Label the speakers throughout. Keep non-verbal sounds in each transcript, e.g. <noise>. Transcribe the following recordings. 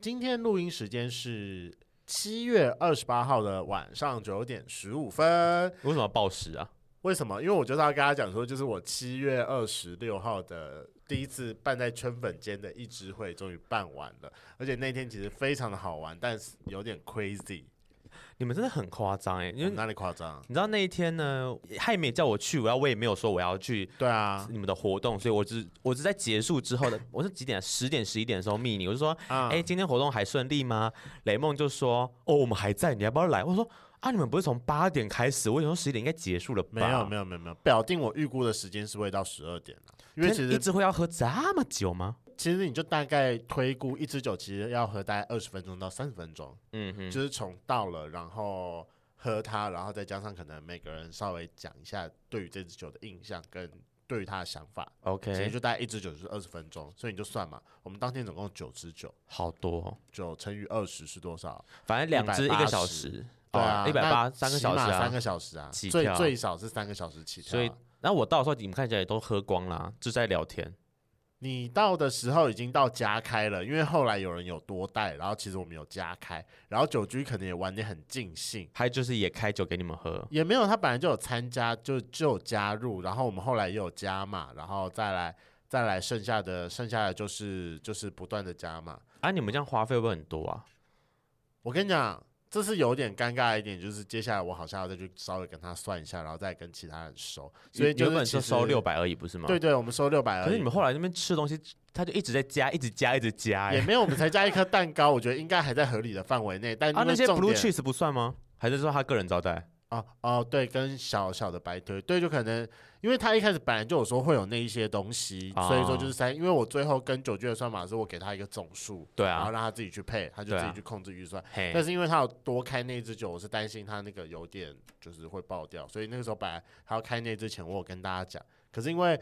Speaker 1: 今天录音时间是七月二十八号的晚上九点十五分。
Speaker 2: 为什么要报时啊？
Speaker 1: 为什么？因为我就是要跟他讲说，就是我七月二十六号的第一次办在圈粉间的一支会终于办完了，而且那天其实非常的好玩，但是有点 crazy，
Speaker 2: 你们真的很夸张哎，因为
Speaker 1: 嗯哪里夸张？
Speaker 2: 你知道那一天呢，他也没叫我去，我要我也没有说我要去
Speaker 1: 对啊，
Speaker 2: 你们的活动，所以我只我只在结束之后的，我是几点啊？十点十一点的时候密你，我就说，
Speaker 1: 啊、
Speaker 2: 哎、今天活动还顺利吗？雷梦就说，哦，我们还在，你要不要来？我说。啊！你们不是从八点开始？我想说十一点应该结束了吧？
Speaker 1: 没有没
Speaker 2: 有，
Speaker 1: 有没有没有，表定我预估的时间是会到十二点了，因为其
Speaker 2: 一
Speaker 1: 实
Speaker 2: 直会要喝这么久吗？
Speaker 1: 其实你就大概推估一支酒其实要喝大概二十分钟到三十分钟，
Speaker 2: 嗯哼，
Speaker 1: 就是从到了然后喝它，然后再加上可能每个人稍微讲一下对于这支酒的印象跟对于它的想法，其实
Speaker 2: OK，
Speaker 1: 就大概一支酒就是二十分钟，所以你就算嘛，我们当天总共九支酒，
Speaker 2: 好多、哦，
Speaker 1: 九乘以二十是多少？
Speaker 2: 反正两支一个小
Speaker 1: 180
Speaker 2: 时，
Speaker 1: 对啊，
Speaker 2: 哦一百八
Speaker 1: 那
Speaker 2: 三个小时
Speaker 1: 起码
Speaker 2: 啊，
Speaker 1: 三个小时啊，
Speaker 2: 起
Speaker 1: 最
Speaker 2: 跳
Speaker 1: 最少是三个小时起跳啊。
Speaker 2: 所以，那我到的时候你们看起来也都喝光啦，就在聊天。
Speaker 1: 你到的时候已经到加开了，因为后来有人有多带，然后其实我们有加开，然后酒居可能也玩得很尽兴。
Speaker 2: 他就是也开酒给你们喝，
Speaker 1: 也没有，他本来就有参加，就就有加入，然后我们后来也有加嘛，然后再来再来剩下的剩下的就是就是不断的加嘛。
Speaker 2: 啊，你们这样花费会不会很多啊？
Speaker 1: 我跟你讲，这是有点尴尬一点，就是接下来我好像要再去稍微跟他算一下，然后再跟其他人收，所以
Speaker 2: 你
Speaker 1: 就
Speaker 2: 原
Speaker 1: 是
Speaker 2: 本
Speaker 1: 其
Speaker 2: 就
Speaker 1: 实
Speaker 2: 收六，百而已，不是吗？
Speaker 1: 对。对，我们收六百
Speaker 2: 可
Speaker 1: 而
Speaker 2: 是
Speaker 1: 已
Speaker 2: 你。们后来那边吃东西，他就一直在加，一直加，一直加、
Speaker 1: 也
Speaker 2: 欸。
Speaker 1: 没有，我们才加一颗蛋糕，我觉得应该还在合理的范围内。但
Speaker 2: 啊，
Speaker 1: 因为
Speaker 2: 那些
Speaker 1: 重
Speaker 2: blue
Speaker 1: 点
Speaker 2: cheese 不算吗？还是说他个人招待？
Speaker 1: 哦哦，对，跟小小的白推，对，就可能因为他一开始本来就有说会有那一些东西，所以说
Speaker 2: 哦
Speaker 1: 就是三，因为我最后跟九句的算法是我给他一个总数，
Speaker 2: 对
Speaker 1: 然后
Speaker 2: 啊，
Speaker 1: 让他自己去配，他就
Speaker 2: 对
Speaker 1: 自
Speaker 2: 啊哎
Speaker 1: 己去控制预算。
Speaker 2: 嘿
Speaker 1: 但，是因为他有多开那支酒，我是担心他那个有点就是会爆掉，所以那个时候本来他要开那之前，我有跟大家讲，可是因为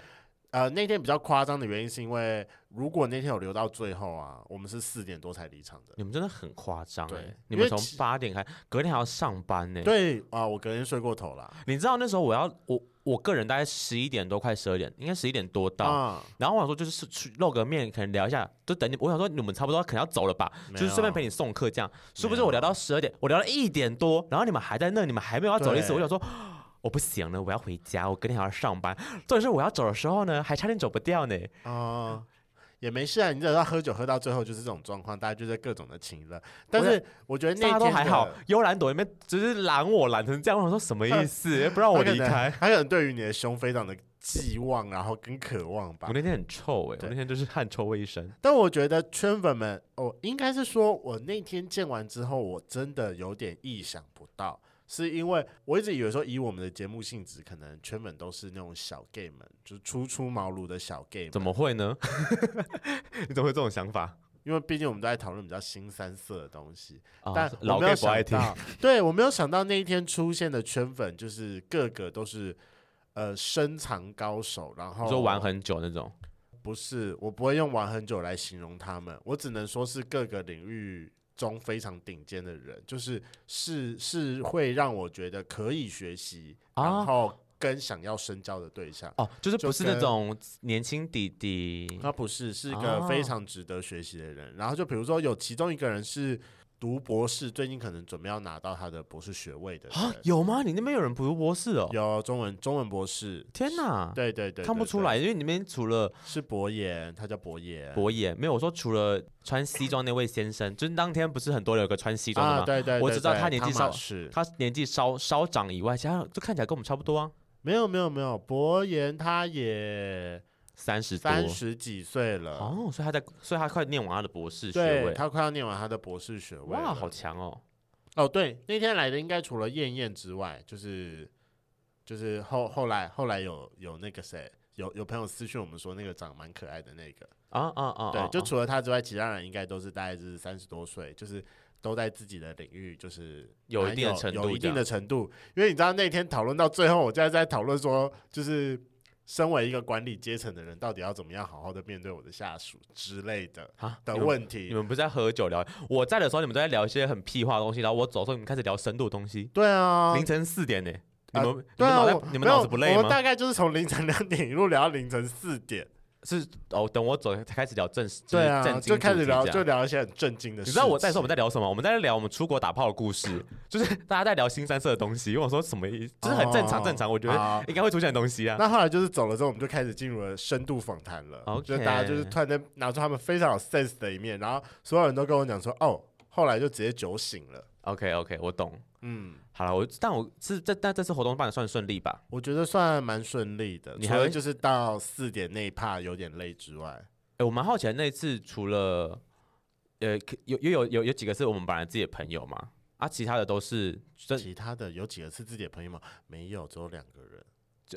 Speaker 1: 呃那天比较夸张的原因是因为如果那天有留到最后啊，我们是四点多才离场的。
Speaker 2: 你们真的很夸张、
Speaker 1: 对
Speaker 2: 欸，你
Speaker 1: 因为
Speaker 2: 们从
Speaker 1: 其
Speaker 2: 八点开，隔天还要上班呢、，
Speaker 1: 对啊、我隔天睡过头了
Speaker 2: 你知道那时候我要我我个人大概十一点多，快十二点，应该十一点多到。
Speaker 1: 啊，
Speaker 2: 然后我想说，就是去露个面，可能聊一下，就等你。我想说，你们差不多可能要走了吧，
Speaker 1: 没
Speaker 2: 就是顺便
Speaker 1: 有
Speaker 2: 陪你送客这样。殊不
Speaker 1: 没
Speaker 2: 知
Speaker 1: 有
Speaker 2: 我聊到十二点，我聊到一点多，然后你们还在那，你们还没有要走的意思。
Speaker 1: 对
Speaker 2: 我想说，我不行了，我要回家，我隔天还要上班。重点是我要走的时候呢，还差点走不掉呢。
Speaker 1: 哦，也没事啊，你只要喝酒喝到最后就是这种状况，大家就在各种的情乐。但
Speaker 2: 我
Speaker 1: 是我觉得那
Speaker 2: 大家都
Speaker 1: 天
Speaker 2: 还
Speaker 1: 的
Speaker 2: 好，悠然躲在那边，只是拦我拦成这样。我想说什么意
Speaker 1: <laughs>
Speaker 2: 思？不让我
Speaker 1: 他可
Speaker 2: 离
Speaker 1: 能
Speaker 2: 开。
Speaker 1: 他可能对于你的胸非常的寄望，然后跟渴望吧
Speaker 2: 我。那天很臭哎、我
Speaker 1: 对
Speaker 2: 那天就是汗臭味一身。
Speaker 1: 但我觉得圈粉们，哦，应该是说我那天见完之后，我真的有点意想不到。是因为我一直以为说，以我们的节目性质，可能圈粉都是那种小 gay 们，就是初出茅庐的小 gay 们。
Speaker 2: 怎么会呢？ <laughs> 你怎么会有这种想法？
Speaker 1: 因为毕竟我们都在讨论比较新三色的东西。
Speaker 2: 啊
Speaker 1: 但
Speaker 2: 老
Speaker 1: 我没有
Speaker 2: gay 不
Speaker 1: 想
Speaker 2: 爱听。
Speaker 1: 到，对我没有想到那一天出现的圈粉就是个个都是呃深藏高手，然后
Speaker 2: 你说玩很久那种，
Speaker 1: 不是，我不会用玩很久来形容他们，我只能说是各个领域中非常顶尖的人，就是是是会让我觉得可以学习，
Speaker 2: 啊
Speaker 1: 然后跟想要深交的对象。
Speaker 2: 哦，就是
Speaker 1: 就
Speaker 2: 不是那
Speaker 1: 跟啊
Speaker 2: 种年轻弟弟，
Speaker 1: 他不是，是一个非
Speaker 2: 哦
Speaker 1: 常值得学习的人。然后就比如说有其中一个人是读博士，最近可能准备要拿到他的博士学位的
Speaker 2: 啊
Speaker 1: 人，
Speaker 2: 有吗？你那边有人读博士哦？
Speaker 1: 有中文中文博士，
Speaker 2: 天哪，
Speaker 1: 对对对，
Speaker 2: 看不
Speaker 1: 对
Speaker 2: 出，来，因为你们除了
Speaker 1: 对是博言，他叫博言，
Speaker 2: 博野，没有我说除了穿西装那位先生， <coughs> 就是当天不是很多人有个穿西装的
Speaker 1: 啊，
Speaker 2: 吗？
Speaker 1: 对对对，
Speaker 2: 我只知道他年纪稍
Speaker 1: 是
Speaker 2: 他年纪稍稍长以外，其他就看起来跟我们差不多啊，
Speaker 1: 没有没有没有，博言他也
Speaker 2: 三十多。
Speaker 1: 三十几岁了，
Speaker 2: 哦，所以他在，所以他快念完他的博士学
Speaker 1: 对
Speaker 2: 位，
Speaker 1: 他快要念完他的博士学位
Speaker 2: 哇，
Speaker 1: 了，
Speaker 2: 好强哦！
Speaker 1: 哦，对，那天来的应该除了燕燕之外，就是就是后后来后来有有那个谁，有有朋友私讯我们说那个长蛮可爱的那个，
Speaker 2: 啊啊啊！
Speaker 1: 对，
Speaker 2: 啊
Speaker 1: 就
Speaker 2: 啊
Speaker 1: 除了他之外，其他人应该都是大概就是三十多岁，就是都在自己的领域就是
Speaker 2: 有
Speaker 1: 蛮
Speaker 2: 一定的程度
Speaker 1: 有一
Speaker 2: 这
Speaker 1: 定
Speaker 2: 样
Speaker 1: 的程度。因为你知道那天讨论到最后，我现在在讨论说，就是身为一个管理阶层的人，到底要怎么样好好的面对我的下属之类的
Speaker 2: 啊
Speaker 1: 的
Speaker 2: 你们
Speaker 1: 问
Speaker 2: 你
Speaker 1: 题。
Speaker 2: 们不是在喝酒聊？我在的时候，你们都在聊一些很屁话的东西，然后我走的时候，你们开始聊深度的东西。
Speaker 1: 对啊，
Speaker 2: 凌晨四点呢、你
Speaker 1: 啊
Speaker 2: 们、
Speaker 1: 对啊，
Speaker 2: 你们脑
Speaker 1: 我
Speaker 2: 袋你
Speaker 1: 没
Speaker 2: 们
Speaker 1: 有
Speaker 2: 脑子不累
Speaker 1: 我
Speaker 2: 吗
Speaker 1: 们？大概就是从凌晨两点一路聊到凌晨四点，
Speaker 2: 是哦，等我走才开始聊正，就是
Speaker 1: 对啊，
Speaker 2: 正
Speaker 1: 就
Speaker 2: 经
Speaker 1: 开始
Speaker 2: 主题
Speaker 1: 聊，
Speaker 2: 这样
Speaker 1: 就聊一些很震惊的事情。
Speaker 2: 你知道我在说我们在聊什么？我们在聊我们出国打炮的故事，就是 <laughs> 大家在聊新三色的东西。因为我说什么意思，就是很正常，
Speaker 1: 哦
Speaker 2: 正常，我觉得
Speaker 1: 好
Speaker 2: 应该会出现的东 <laughs> 西啊。
Speaker 1: 那后来就是走了之后，我们就开始进入了深度访谈了。
Speaker 2: OK
Speaker 1: 就大家就是突然间拿出他们非常有 sense 的一面，然后所有人都跟我讲说，哦，后来就直接酒醒了。
Speaker 2: OK OK，我懂。
Speaker 1: 嗯，
Speaker 2: 好了，我但我是这但这次活动办的算顺利吧？
Speaker 1: 我觉得算蛮顺利的，
Speaker 2: 你
Speaker 1: 除
Speaker 2: 还
Speaker 1: 了
Speaker 2: 会
Speaker 1: 就是到四点那一趴有点累之外，
Speaker 2: 哎、我蛮好奇的那一次除了呃可有有有有有几个是我们本来自己的朋友嘛，啊，其他的都是真
Speaker 1: 其他的有几个是自己的朋友吗？没有，只有两个人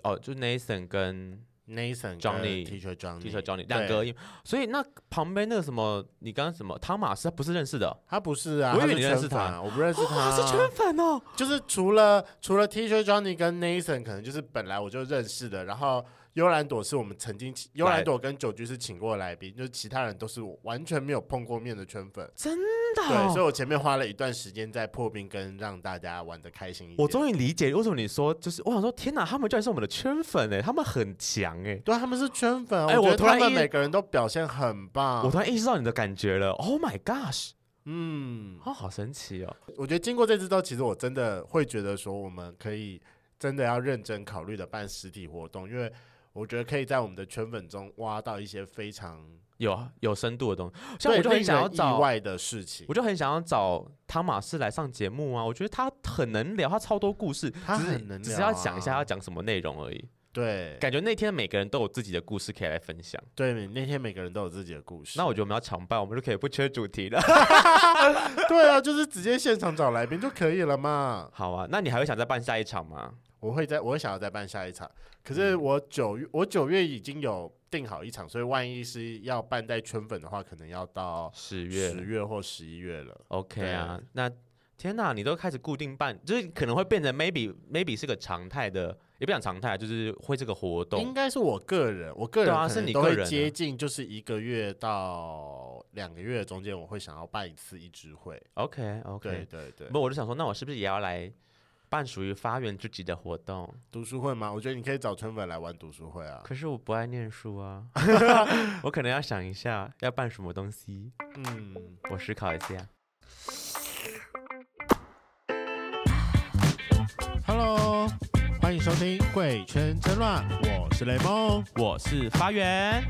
Speaker 2: 哦，就 Nathan 跟
Speaker 1: ，Nathan 跟
Speaker 2: Johnny
Speaker 1: Teacher Johnny
Speaker 2: Teacher Johnny 两个，因所以那旁边那个什么，你刚刚什么汤马斯他不是认识的哦，
Speaker 1: 他不是啊，
Speaker 2: 我
Speaker 1: 他
Speaker 2: 以为
Speaker 1: 是
Speaker 2: 你认识
Speaker 1: 圈粉啊，我不认识他、
Speaker 2: 哦是圈粉哦，
Speaker 1: 就是除了除了 T 恤 Johnny 跟 Nathan，可能就是本来我就认识的，然后幽兰朵是我们曾经请幽兰朵跟九居是请过的来宾，就是其他人都是我完全没有碰过面的圈粉。
Speaker 2: 真的
Speaker 1: 对，
Speaker 2: 哦、
Speaker 1: 所以我前面花了一段时间在破冰，跟让大家玩的开心一点。
Speaker 2: 我终于理解为什么你说就是，我想说天哪，他们居然是我们的圈粉哎，他们很强哎，
Speaker 1: 对他们是圈粉啊，
Speaker 2: 哎
Speaker 1: 我觉
Speaker 2: 我
Speaker 1: 得
Speaker 2: 突
Speaker 1: 他
Speaker 2: 然
Speaker 1: 们
Speaker 2: 意
Speaker 1: 每个人都表现很棒。
Speaker 2: 我突然意识到你的感觉了，Oh my gosh，
Speaker 1: 嗯，
Speaker 2: 哦，好神奇哦，
Speaker 1: 我觉得经过这次之后，其实我真的会觉得说，我们可以真的要认真考虑的办实体活动，因为我觉得可以在我们的圈粉中挖到一些非常
Speaker 2: 有啊有深度的东西，像我
Speaker 1: 对
Speaker 2: 就
Speaker 1: 令
Speaker 2: 很
Speaker 1: 人
Speaker 2: 想要
Speaker 1: 意
Speaker 2: 找。
Speaker 1: 外的事情
Speaker 2: 我，就很想要找汤马斯来上节目啊！我觉得他很能聊，他超多故事，
Speaker 1: 他
Speaker 2: 只是
Speaker 1: 很能
Speaker 2: 只是
Speaker 1: 聊
Speaker 2: 要
Speaker 1: 啊
Speaker 2: 想一下要讲什么内容而已。
Speaker 1: 对
Speaker 2: 感觉那天每个人都有自己的故事可以来分享。
Speaker 1: 对，那天每个人都有自己的故事。
Speaker 2: 那我觉得我们要强办，我们就可以不缺主题了。 <laughs>
Speaker 1: 对啊，就是直接现场找来宾就可以了嘛。
Speaker 2: 好啊，那你还会想再办下一场吗？
Speaker 1: 我会在，我会想要再办下一场，可
Speaker 2: 嗯
Speaker 1: 是我九月，我九月已经有定好一场，所以万一是要办在圈粉的话，可能要到
Speaker 2: 十
Speaker 1: 十月或十一月了。
Speaker 2: ，OK 啊？那天哪，你都开始固定办，就是可能会变成 maybe maybe 是个常态的，也不讲常态，啊就是会这个活
Speaker 1: 应
Speaker 2: 动。
Speaker 1: 该是我个人，我个人
Speaker 2: 对啊
Speaker 1: 可
Speaker 2: 是
Speaker 1: 能
Speaker 2: 你
Speaker 1: 都
Speaker 2: 个
Speaker 1: 会
Speaker 2: 人啊
Speaker 1: 接近，就是一个月到两个月的中间，我会想要办一次一支会。
Speaker 2: OK
Speaker 1: 对
Speaker 2: OK，
Speaker 1: 对对，
Speaker 2: 不，我就想说，那我是不是也要来办属于发源之己的活动？
Speaker 1: 读书会吗？我觉得你可以找春粉来玩读书会啊。
Speaker 2: 可是我不爱念书啊， <laughs> 我可能要想一下要办什么东西，
Speaker 1: 嗯，
Speaker 2: 我思考一下。
Speaker 1: Hello，欢迎收听《贵圈争乱》，我是雷梦。
Speaker 2: 我是发源。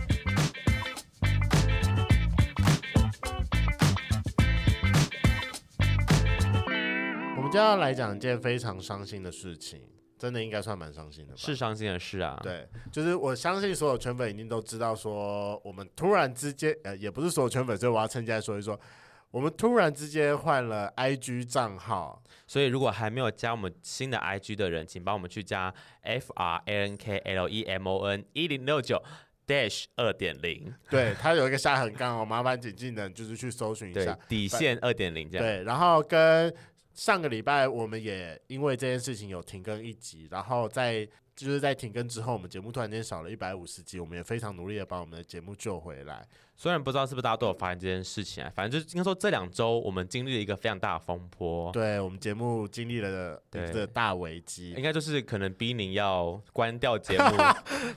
Speaker 1: 我们今天要来讲一件非常伤心的事情，真的应该算蛮伤心的吧？
Speaker 2: 是，伤心的事啊。，
Speaker 1: 对，就是我相信所有圈粉一定都知道，说我们突然之间，呃，也不是所有圈粉，所以我要趁机来说一说，我们突然之间换了 IG 账号，
Speaker 2: 所以如果还没有加我们新的 IG 的人，请帮我们去加 F R A N K L E M O N 一零六九 dash 二点零，
Speaker 1: 对，它有一个下横杠哦，麻烦请技能就是去搜寻一
Speaker 2: 对
Speaker 1: 下，，
Speaker 2: 底线二点零这样。
Speaker 1: 对，然后跟上个礼拜我们也因为这件事情有停更一集，然后在就是在停更之后，我们节目突然间少了一百五十集，我们也非常努力的把我们的节目救回来。
Speaker 2: 虽然不知道是不是大家都有发现这件事情啊，反正就是应该说这两周我们经历了一个非常大的风波。
Speaker 1: 对我们节目经历了
Speaker 2: 哦对哎
Speaker 1: 这大危
Speaker 2: 应
Speaker 1: 机，
Speaker 2: 该就是可能逼您要关掉
Speaker 1: <laughs>
Speaker 2: 节目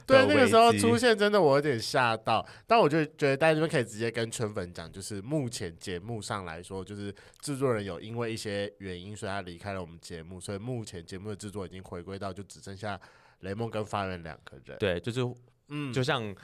Speaker 1: 对啊
Speaker 2: 的
Speaker 1: 那个时候
Speaker 2: 危机
Speaker 1: 出现真的我有点吓到，但我就觉得大家这边可以直接跟春粉讲，就是目前节目上来说，就是制作人有因为一些原因，所以他离开了我们节目，所以目前节目的制作已经回归到就只剩下雷梦跟发源两个人。
Speaker 2: 对，就是
Speaker 1: 嗯，
Speaker 2: 就像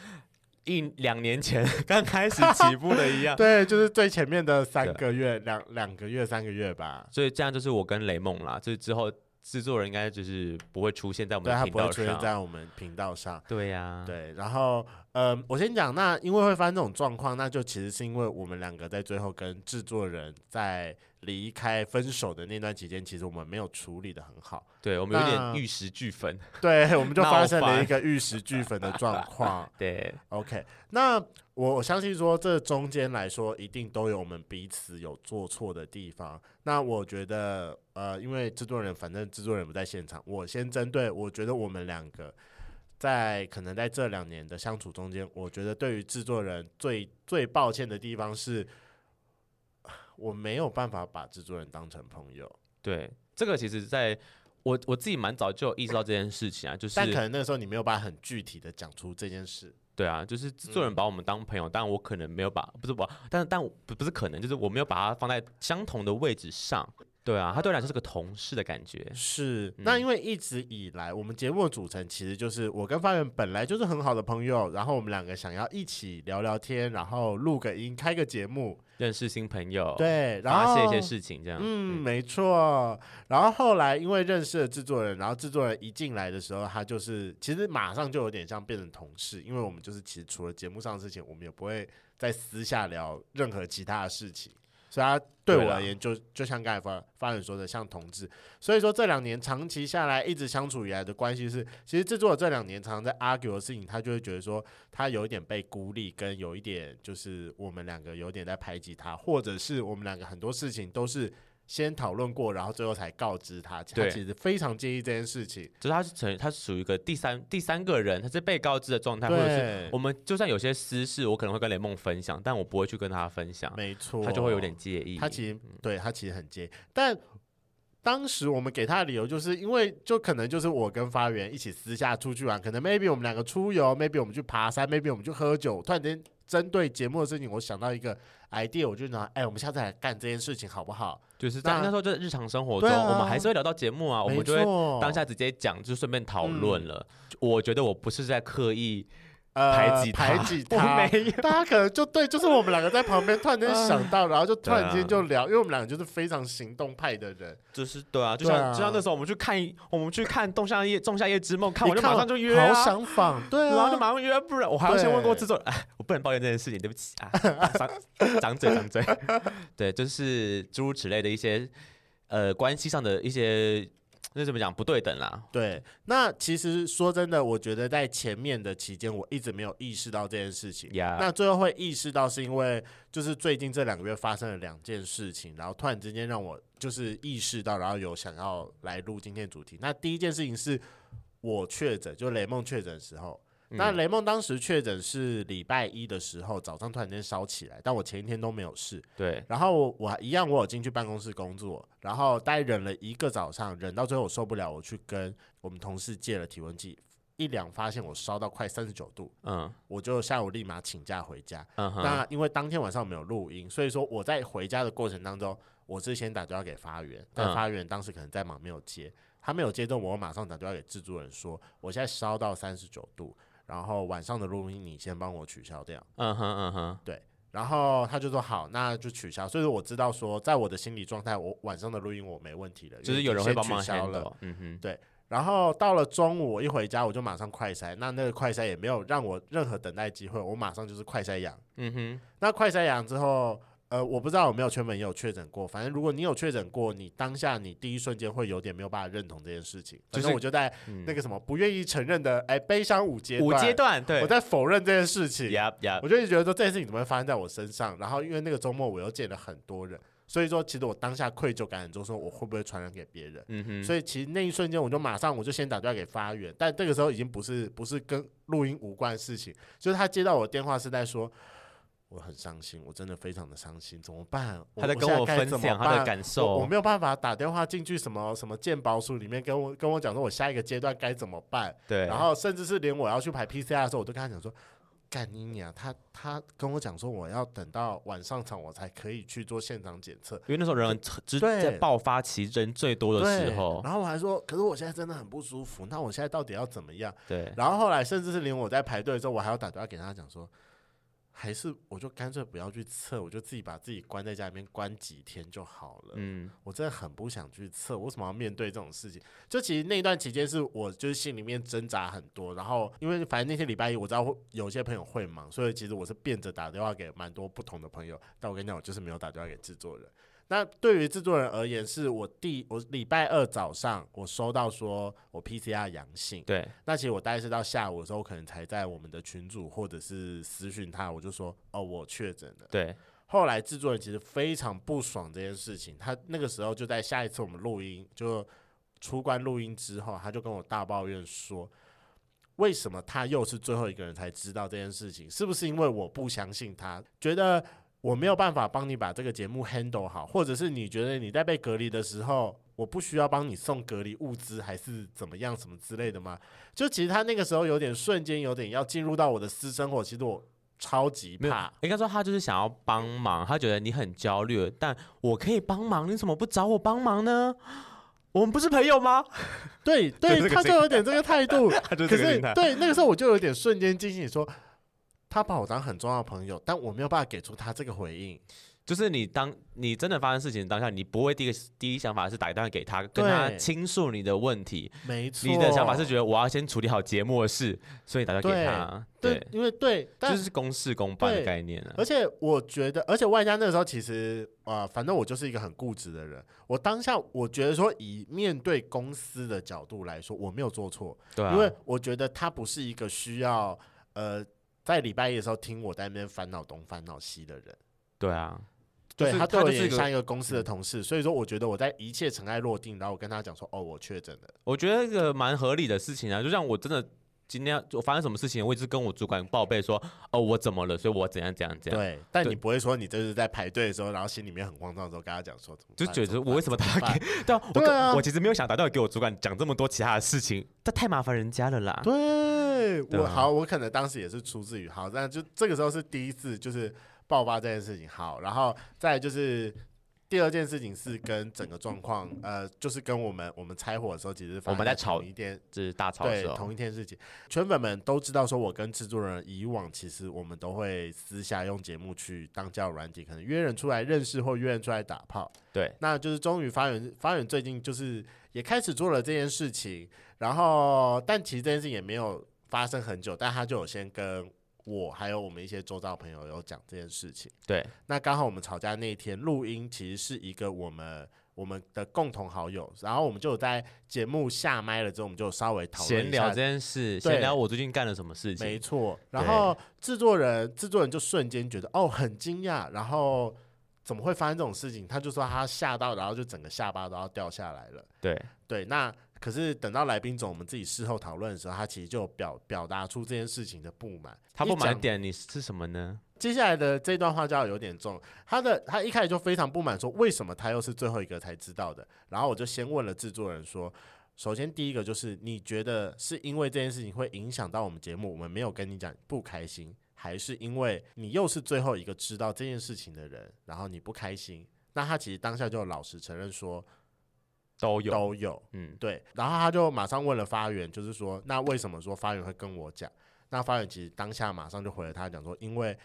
Speaker 2: 一两年前刚开始起步的一
Speaker 1: <laughs>
Speaker 2: 样。
Speaker 1: 对，就是最前面的三个月、两两个月、三个月吧。
Speaker 2: 所以这样就是我跟雷梦啦，就是之后制作人应该就是不会出现在我
Speaker 1: 对，
Speaker 2: 们的
Speaker 1: 它
Speaker 2: 频
Speaker 1: 不会
Speaker 2: 道
Speaker 1: 出现
Speaker 2: 上。
Speaker 1: 在我们频道上。
Speaker 2: 对呀、，
Speaker 1: 对，然后，嗯，我先讲，那因为会发生这种状况，那就其实是因为我们两个在最后跟制作人在离开分手的那段期间，其实我们没有处理的很好，
Speaker 2: 对我们有点
Speaker 1: 那
Speaker 2: 玉石俱焚。
Speaker 1: 对，我们就
Speaker 2: 闹
Speaker 1: 发生了
Speaker 2: 翻
Speaker 1: 一个玉石俱焚的状况。
Speaker 2: 对，
Speaker 1: OK，那我我相信说这中间来说，一定都有我们彼此有做错的地方。那我觉得，呃，因为制作人反正制作人不在现场，我先针对我觉得我们两个在可能在这两年的相处中间，我觉得对于制作人最最抱歉的地方是，呃我没有办法把制作人当成朋友，
Speaker 2: 对，这个其实在我我自己蛮早就有意识到这件事情啊，就是
Speaker 1: 但可能那时候你没有办法很具体的讲出这件事。
Speaker 2: 对啊，就是制作
Speaker 1: 嗯
Speaker 2: 人把我们当朋友，但我可能没有把，不是我，但是但我不不是可能，就是我没有把它放在相同的位置上。对啊，他对我来说是个同事的感觉。
Speaker 1: 是，
Speaker 2: 嗯
Speaker 1: 那因为一直以来我们节目的组成其实就是我跟发源本来就是很好的朋友，然后我们两个想要一起聊聊天，然后录个音，开个节目，
Speaker 2: 认识新朋友，，
Speaker 1: 对，然后
Speaker 2: 哦发泄一些事情这样。
Speaker 1: 嗯，没错。然后后来因为认识了制作人，然后制作人一进来的时候，他就是其实马上就有点像变成同事，因为我们就是其实除了节目上的事情，我们也不会在私下聊任何其他的事情。所以他对
Speaker 2: 对啊
Speaker 1: 我
Speaker 2: 啦
Speaker 1: 而言就，就像刚才发发人说的，像同志。所以说这两年长期下来一直相处以来的关系是，其实制作人这两年常常在 argue 的事情，他就会觉得说他有一点被孤立，跟有一点就是我们两个有点在排挤他，或者是我们两个很多事情都是先讨论过，然后最后才告知他。他
Speaker 2: 对
Speaker 1: 其实非常介意这件事情。
Speaker 2: 就是他是成，他是属于一个第三第三个人，他是被告知的状态，或者是
Speaker 1: 对
Speaker 2: 我，们就算有些私事，我可能会跟雷梦分享，但我不会去跟他分享，
Speaker 1: 没错，
Speaker 2: 他就会有点介意。嗯
Speaker 1: 他其实对他其实很介意，但当时我们给他的理由就是因为就可能就是我跟发源一起私下出去玩，可能 maybe 我们两个出游，maybe 我们去爬山，maybe 我们去喝酒，突然间。针对节目的事情，我想到一个 idea，我就拿，哎、我们下次来干这件事情好不好？
Speaker 2: 就是在
Speaker 1: 那
Speaker 2: 那时候就是日常生活中，
Speaker 1: 对啊
Speaker 2: 我们还是会聊到节目啊，我
Speaker 1: 没
Speaker 2: 们就会
Speaker 1: 错，嗯
Speaker 2: 当下直接讲，就顺便讨论了。我觉得我不是在刻意
Speaker 1: 呃
Speaker 2: 排挤他
Speaker 1: 排挤
Speaker 2: 我
Speaker 1: 他，
Speaker 2: 没
Speaker 1: 大家可能就对，就是我们两个在旁边突然间想到，然后就突然
Speaker 2: 对
Speaker 1: 间
Speaker 2: 啊
Speaker 1: 就聊，因为我们两个就是非常行动派的人，
Speaker 2: 就是对啊，就
Speaker 1: 对
Speaker 2: 像、
Speaker 1: 啊
Speaker 2: 就像那时候我们去看我们去看《仲夏夜仲夏夜之梦》，看完
Speaker 1: 你
Speaker 2: 就马上就约
Speaker 1: 好
Speaker 2: 啊。
Speaker 1: 想仿，对
Speaker 2: 然后就
Speaker 1: 啊，
Speaker 2: 马上约，不然我还要先问过
Speaker 1: 对
Speaker 2: 制作人，哎，我不能抱怨这件事情，对不起啊，长长嘴长嘴， <laughs> 对，就是诸如此类的一些呃关系上的一些，那怎么讲不对等啦，
Speaker 1: 对。那其实说真的，我觉得在前面的期间，我一直没有意识到这件事情。
Speaker 2: 呀、
Speaker 1: 那最后会意识到，是因为就是最近这两个月发生了两件事情，然后突然之间让我就是意识到，然后有想要来录今天的主题。那第一件事情是我确诊，就雷梦确诊的时候。那
Speaker 2: 嗯
Speaker 1: 雷梦当时确诊是礼拜一的时候，早上突然间烧起来，但我前一天都没有事。
Speaker 2: 对，
Speaker 1: 然后我我一样，我有进去办公室工作，然后大概忍了一个早上，忍到最后我受不了，我去跟我们同事借了体温计，一量发现我烧到快三十九度，
Speaker 2: 嗯
Speaker 1: 我就下午立马请假回家。
Speaker 2: 嗯哼，
Speaker 1: 那因为当天晚上没有录音，所以说我在回家的过程当中，我之前打电话给发源，但
Speaker 2: 嗯
Speaker 1: 发源当时可能在忙没有接，他没有接之后，我马上打电话给制作人说，我现在烧到三十九度，然后晚上的录音你先帮我取消掉。
Speaker 2: 嗯哼嗯哼，
Speaker 1: 然后他就说好，那就取消。所以说我知道说，在我的心理状态，我晚上的录音我没问题了，
Speaker 2: 就是
Speaker 1: 因为
Speaker 2: 有
Speaker 1: 已
Speaker 2: 人
Speaker 1: 经
Speaker 2: 会
Speaker 1: 先
Speaker 2: 帮忙
Speaker 1: 取消了。
Speaker 2: handle，嗯哼，
Speaker 1: 然后到了中午，我一回家我就马上快筛，那那个快筛也没有让我任何等待机会，我马上就是快筛阳。
Speaker 2: 嗯哼，
Speaker 1: 那快筛阳之后，呃，我不知道有没有圈粉也有确诊过，反正如果你有确诊过，你当下你第一瞬间会有点没有办法认同这件事情，反
Speaker 2: 就是
Speaker 1: 正我就在
Speaker 2: 嗯
Speaker 1: 那个什么不愿意承认的，哎，悲伤五阶
Speaker 2: 五阶，段，对
Speaker 1: 我在否认这件事情。
Speaker 2: ，yep yep，
Speaker 1: 我就一直觉得说这件事情怎么会发生在我身上？然后因为那个周末我又见了很多人，所以说其实我当下愧疚感很重，说我会不会传染给别人？
Speaker 2: 嗯哼，
Speaker 1: 所以其实那一瞬间我就马上我就先打电话给发源，但这个时候已经不是不是跟录音无关的事情，就是他接到我的电话是在说。我很伤心，我真的非常的伤心，怎么办？
Speaker 2: 他在跟
Speaker 1: 我
Speaker 2: 我
Speaker 1: 现在该
Speaker 2: 分
Speaker 1: 怎么
Speaker 2: 享他的
Speaker 1: 办
Speaker 2: 感
Speaker 1: 我我
Speaker 2: 受，
Speaker 1: 没有办法打电话进去什么什么鉴宝署里面跟我跟我讲说，我下一个阶段该怎么办？
Speaker 2: 对，
Speaker 1: 然后甚至是连我要去排 PCR 的时候，我都跟他讲说，干你娘！他他跟我讲说，我要等到晚上场我才可以去做现场检测。
Speaker 2: 因为那时候人很只
Speaker 1: 对
Speaker 2: 在爆发期人最多的
Speaker 1: 对
Speaker 2: 时候，
Speaker 1: 然后我还说，可是我现在真的很不舒服，那我现在到底要怎么样？
Speaker 2: 对，
Speaker 1: 然后后来甚至是连我在排队的时候，我还要打电话给他讲说，还是我就干脆不要去测，我就自己把自己关在家里面关几天就好了。
Speaker 2: 嗯，
Speaker 1: 我真的很不想去测，我为什么要面对这种事情？就其实那一段期间是我就是心里面挣扎很多，然后因为反正那天礼拜一我知道会有些朋友会忙，所以其实我是变着打电话给蛮多不同的朋友，但我跟你讲，我就是没有打电话给制作人。那对于制作人而言，是我第我礼拜二早上我收到说我 PCR 阳性，
Speaker 2: 对，
Speaker 1: 那其实我大概是到下午的时候，我可能才在我们的群组或者是私讯他，我就说哦我确诊了。
Speaker 2: 对，
Speaker 1: 后来制作人其实非常不爽这件事情，他那个时候就在下一次我们录音就出关录音之后，他就跟我大抱怨说，为什么他又是最后一个人才知道这件事情？是不是因为我不相信他，觉得我没有办法帮你把这个节目 handle 好，或者是你觉得你在被隔离的时候，我不需要帮你送隔离物资，还是怎么样什么之类的吗？就其实他那个时候有点瞬间有点要进入到我的私生活，其实我超级
Speaker 2: 没有
Speaker 1: 怕，
Speaker 2: 应该说他就是想要帮忙，他觉得你很焦虑，但我可以帮忙，你怎么不找我帮忙呢？我们不是朋
Speaker 1: <laughs>
Speaker 2: 友吗？
Speaker 1: 对
Speaker 2: <laughs>
Speaker 1: 对，
Speaker 2: 这个
Speaker 1: 他
Speaker 2: 心
Speaker 1: 就有点这个态度，
Speaker 2: 他 <laughs> 就
Speaker 1: 可是对那个时候我就有点瞬间惊醒，说他把我当很重要的朋友，但我没有办法给出他这个回应。
Speaker 2: 就是你当你真的发生事情当下，你不会第一个第一想法是打电话给他，跟他
Speaker 1: 对
Speaker 2: 倾诉你的问题。
Speaker 1: 没错，
Speaker 2: 你的想法是觉得我要先处理好节目的事，所以打电话给他。
Speaker 1: 对
Speaker 2: 对，，
Speaker 1: 因为对，但
Speaker 2: 就是公事公办的
Speaker 1: 对
Speaker 2: 概念啊
Speaker 1: 而。且我觉得，而且外加那个时候，其实呃，反正我就是一个很固执的人。我当下我觉得说，以面对公司的角度来说，我没有做错，
Speaker 2: 对啊，
Speaker 1: 因为我觉得他不是一个需要呃在礼拜一的时候听我在那边烦恼东烦恼西的人。
Speaker 2: 对啊，就
Speaker 1: 对
Speaker 2: 是
Speaker 1: 他对
Speaker 2: 他
Speaker 1: 我
Speaker 2: 就是
Speaker 1: 也
Speaker 2: 一个嗯
Speaker 1: 像一个公司的同事，所以说我觉得我在一切尘埃落定，然后我跟他讲说，哦，我确诊了。
Speaker 2: 我觉得这个蛮合理的事情啊。就像我真的今天我发生什么事情，我一直跟我主管报备说，哦，我怎么了，所以我怎样怎样怎样。
Speaker 1: 对，但
Speaker 2: 对
Speaker 1: 你不会说你这是在排队的时候，然后心里面很慌张的时候跟他讲说，怎么
Speaker 2: 就
Speaker 1: 办
Speaker 2: 觉
Speaker 1: 怎
Speaker 2: 得
Speaker 1: 么
Speaker 2: 我为什么打
Speaker 1: 办
Speaker 2: 给？对啊，我
Speaker 1: 对啊
Speaker 2: 跟我其实没有想打电话给我主管讲这么多其他的事情，这太麻烦人家了啦。
Speaker 1: 对，
Speaker 2: 对
Speaker 1: 我
Speaker 2: 啊
Speaker 1: 好，我可能当时也是出自于好，但就这个时候是第一次就是爆发这件事情。好，然后再来就是第二件事情是跟整个状况，呃，就是跟我们我们拆伙的时候，其实发
Speaker 2: 我们在吵
Speaker 1: 同一天，
Speaker 2: 这是大吵的
Speaker 1: 对
Speaker 2: 时，候，
Speaker 1: 同一件事情。圈粉们都知道，说我跟制作人以往其实我们都会私下用节目去当交友软体，可能约人出来认识或约人出来打炮。
Speaker 2: 对，
Speaker 1: 那就是终于发源发源最近就是也开始做了这件事情，然后但其实这件事情也没有发生很久，但他就有先跟我还有我们一些周遭朋友有讲这件事情。
Speaker 2: 对，
Speaker 1: 那刚好我们吵架那一天录音，其实是一个我们我们的共同好友，然后我们就有在节目下麦了之后，我们就稍微讨论
Speaker 2: 闲
Speaker 1: 一
Speaker 2: 聊
Speaker 1: 下
Speaker 2: 这件事，
Speaker 1: 对
Speaker 2: 闲聊我最近干了什么事
Speaker 1: 没
Speaker 2: 情。
Speaker 1: 错，然后制作人制作人就瞬间觉得哦很惊讶，然后怎么会发生这种事情？他就说他吓到，然后就整个下巴都要掉下来了。
Speaker 2: 对，
Speaker 1: 对，那可是等到来宾总我们自己事后讨论的时候，他其实就有表表达出这件事情的不满。
Speaker 2: 他不
Speaker 1: 一
Speaker 2: 满
Speaker 1: 讲
Speaker 2: 的点你是什么呢？
Speaker 1: 接下来的这段话就要有点重，他的他一开始就非常不满，说为什么他又是最后一个才知道的？然后我就先问了制作人说，首先第一个就是你觉得是因为这件事情会影响到我们节目，我们没有跟你讲不开心，还是因为你又是最后一个知道这件事情的人，然后你不开心？那他其实当下就老实承认说
Speaker 2: 都有，
Speaker 1: 都有，
Speaker 2: 嗯，
Speaker 1: 对，然后他就马上问了发源，就是说，那为什么说发源会跟我讲？那发源其实当下马上就回了他讲说，因为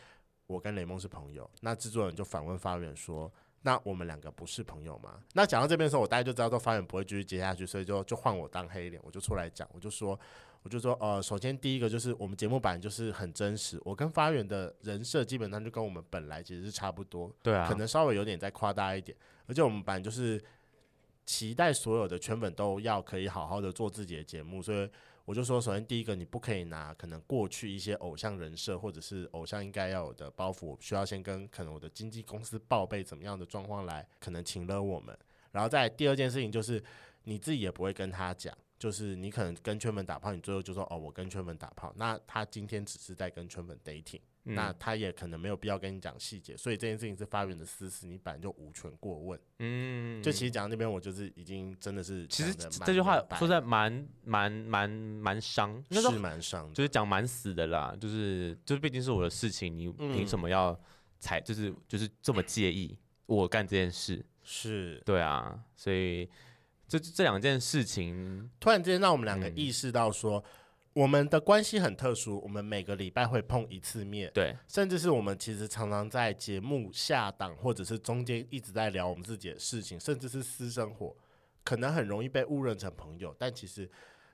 Speaker 1: 我跟雷蒙是朋友。那制作人就反问发源说，那我们两个不是朋友吗？那讲到这边的时候，我大概就知道说发源不会继续接下去，所以就就换我当黑脸，我就出来讲，我就说。我就说，呃，首先第一个就是我们节目版就是很真实，我跟发源的人设基本上就跟我们本来其实是差不多，
Speaker 2: 对啊
Speaker 1: 可，能稍微有点再夸大一点。而且我们本来就是期待所有的圈粉都要可以好好的做自己的节目，所以我就说，首先第一个，你不可以拿可能过去一些偶像人设或者是偶像应该要有的包袱，我需要先跟可能我的经纪公司报备怎么样的状况来可能请了我们。然后再来第二件事情就是你自己也不会跟他讲。就是你可能跟圈粉打炮，你最后就说哦，我跟圈粉打炮。那他今天只是在跟圈粉 dating，
Speaker 2: 嗯
Speaker 1: 那他也可能没有必要跟你讲细节，所以这件事情是发源的私事，你本来就无权过问。
Speaker 2: 嗯
Speaker 1: 就其实讲到那边，我就是已经真的是
Speaker 2: 其实
Speaker 1: 讲得蛮
Speaker 2: 这句话
Speaker 1: 明白
Speaker 2: 说在蛮蛮蛮蛮伤，应该说
Speaker 1: 是蛮伤的，
Speaker 2: 就是讲蛮死的啦，就是就是毕竟是我的事情，你
Speaker 1: 嗯
Speaker 2: 凭什么要才就是就是这么介意我干这件事？
Speaker 1: 是
Speaker 2: 对啊，所以这这两件事情，
Speaker 1: 突然之间让我们两个
Speaker 2: 嗯
Speaker 1: 意识到说，我们的关系很特殊，我们每个礼拜会碰一次面，
Speaker 2: 对
Speaker 1: 甚至是我们其实常常在节目下档或者是中间一直在聊我们自己的事情，甚至是私生活，可能很容易被误认成朋友。但其实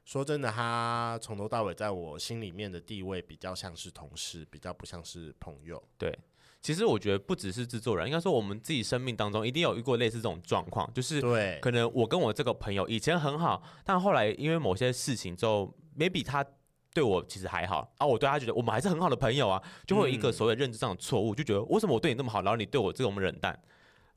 Speaker 1: 说真的，他从头到尾在我心里面的地位比较像是同事，比较不像是朋友。
Speaker 2: 对，其实我觉得不只是制作人，应该说我们自己生命当中一定有遇过类似这种状况，就是
Speaker 1: 对，
Speaker 2: 可能我跟我这个朋友以前很好，但后来因为某些事情之后，maybe 他对我其实还好啊，我对他觉得我们还是很好的朋友啊，就会有一个
Speaker 1: 嗯
Speaker 2: 所谓认知上的错误，就觉得为什么我对你那么好，然后你对我这种冷淡，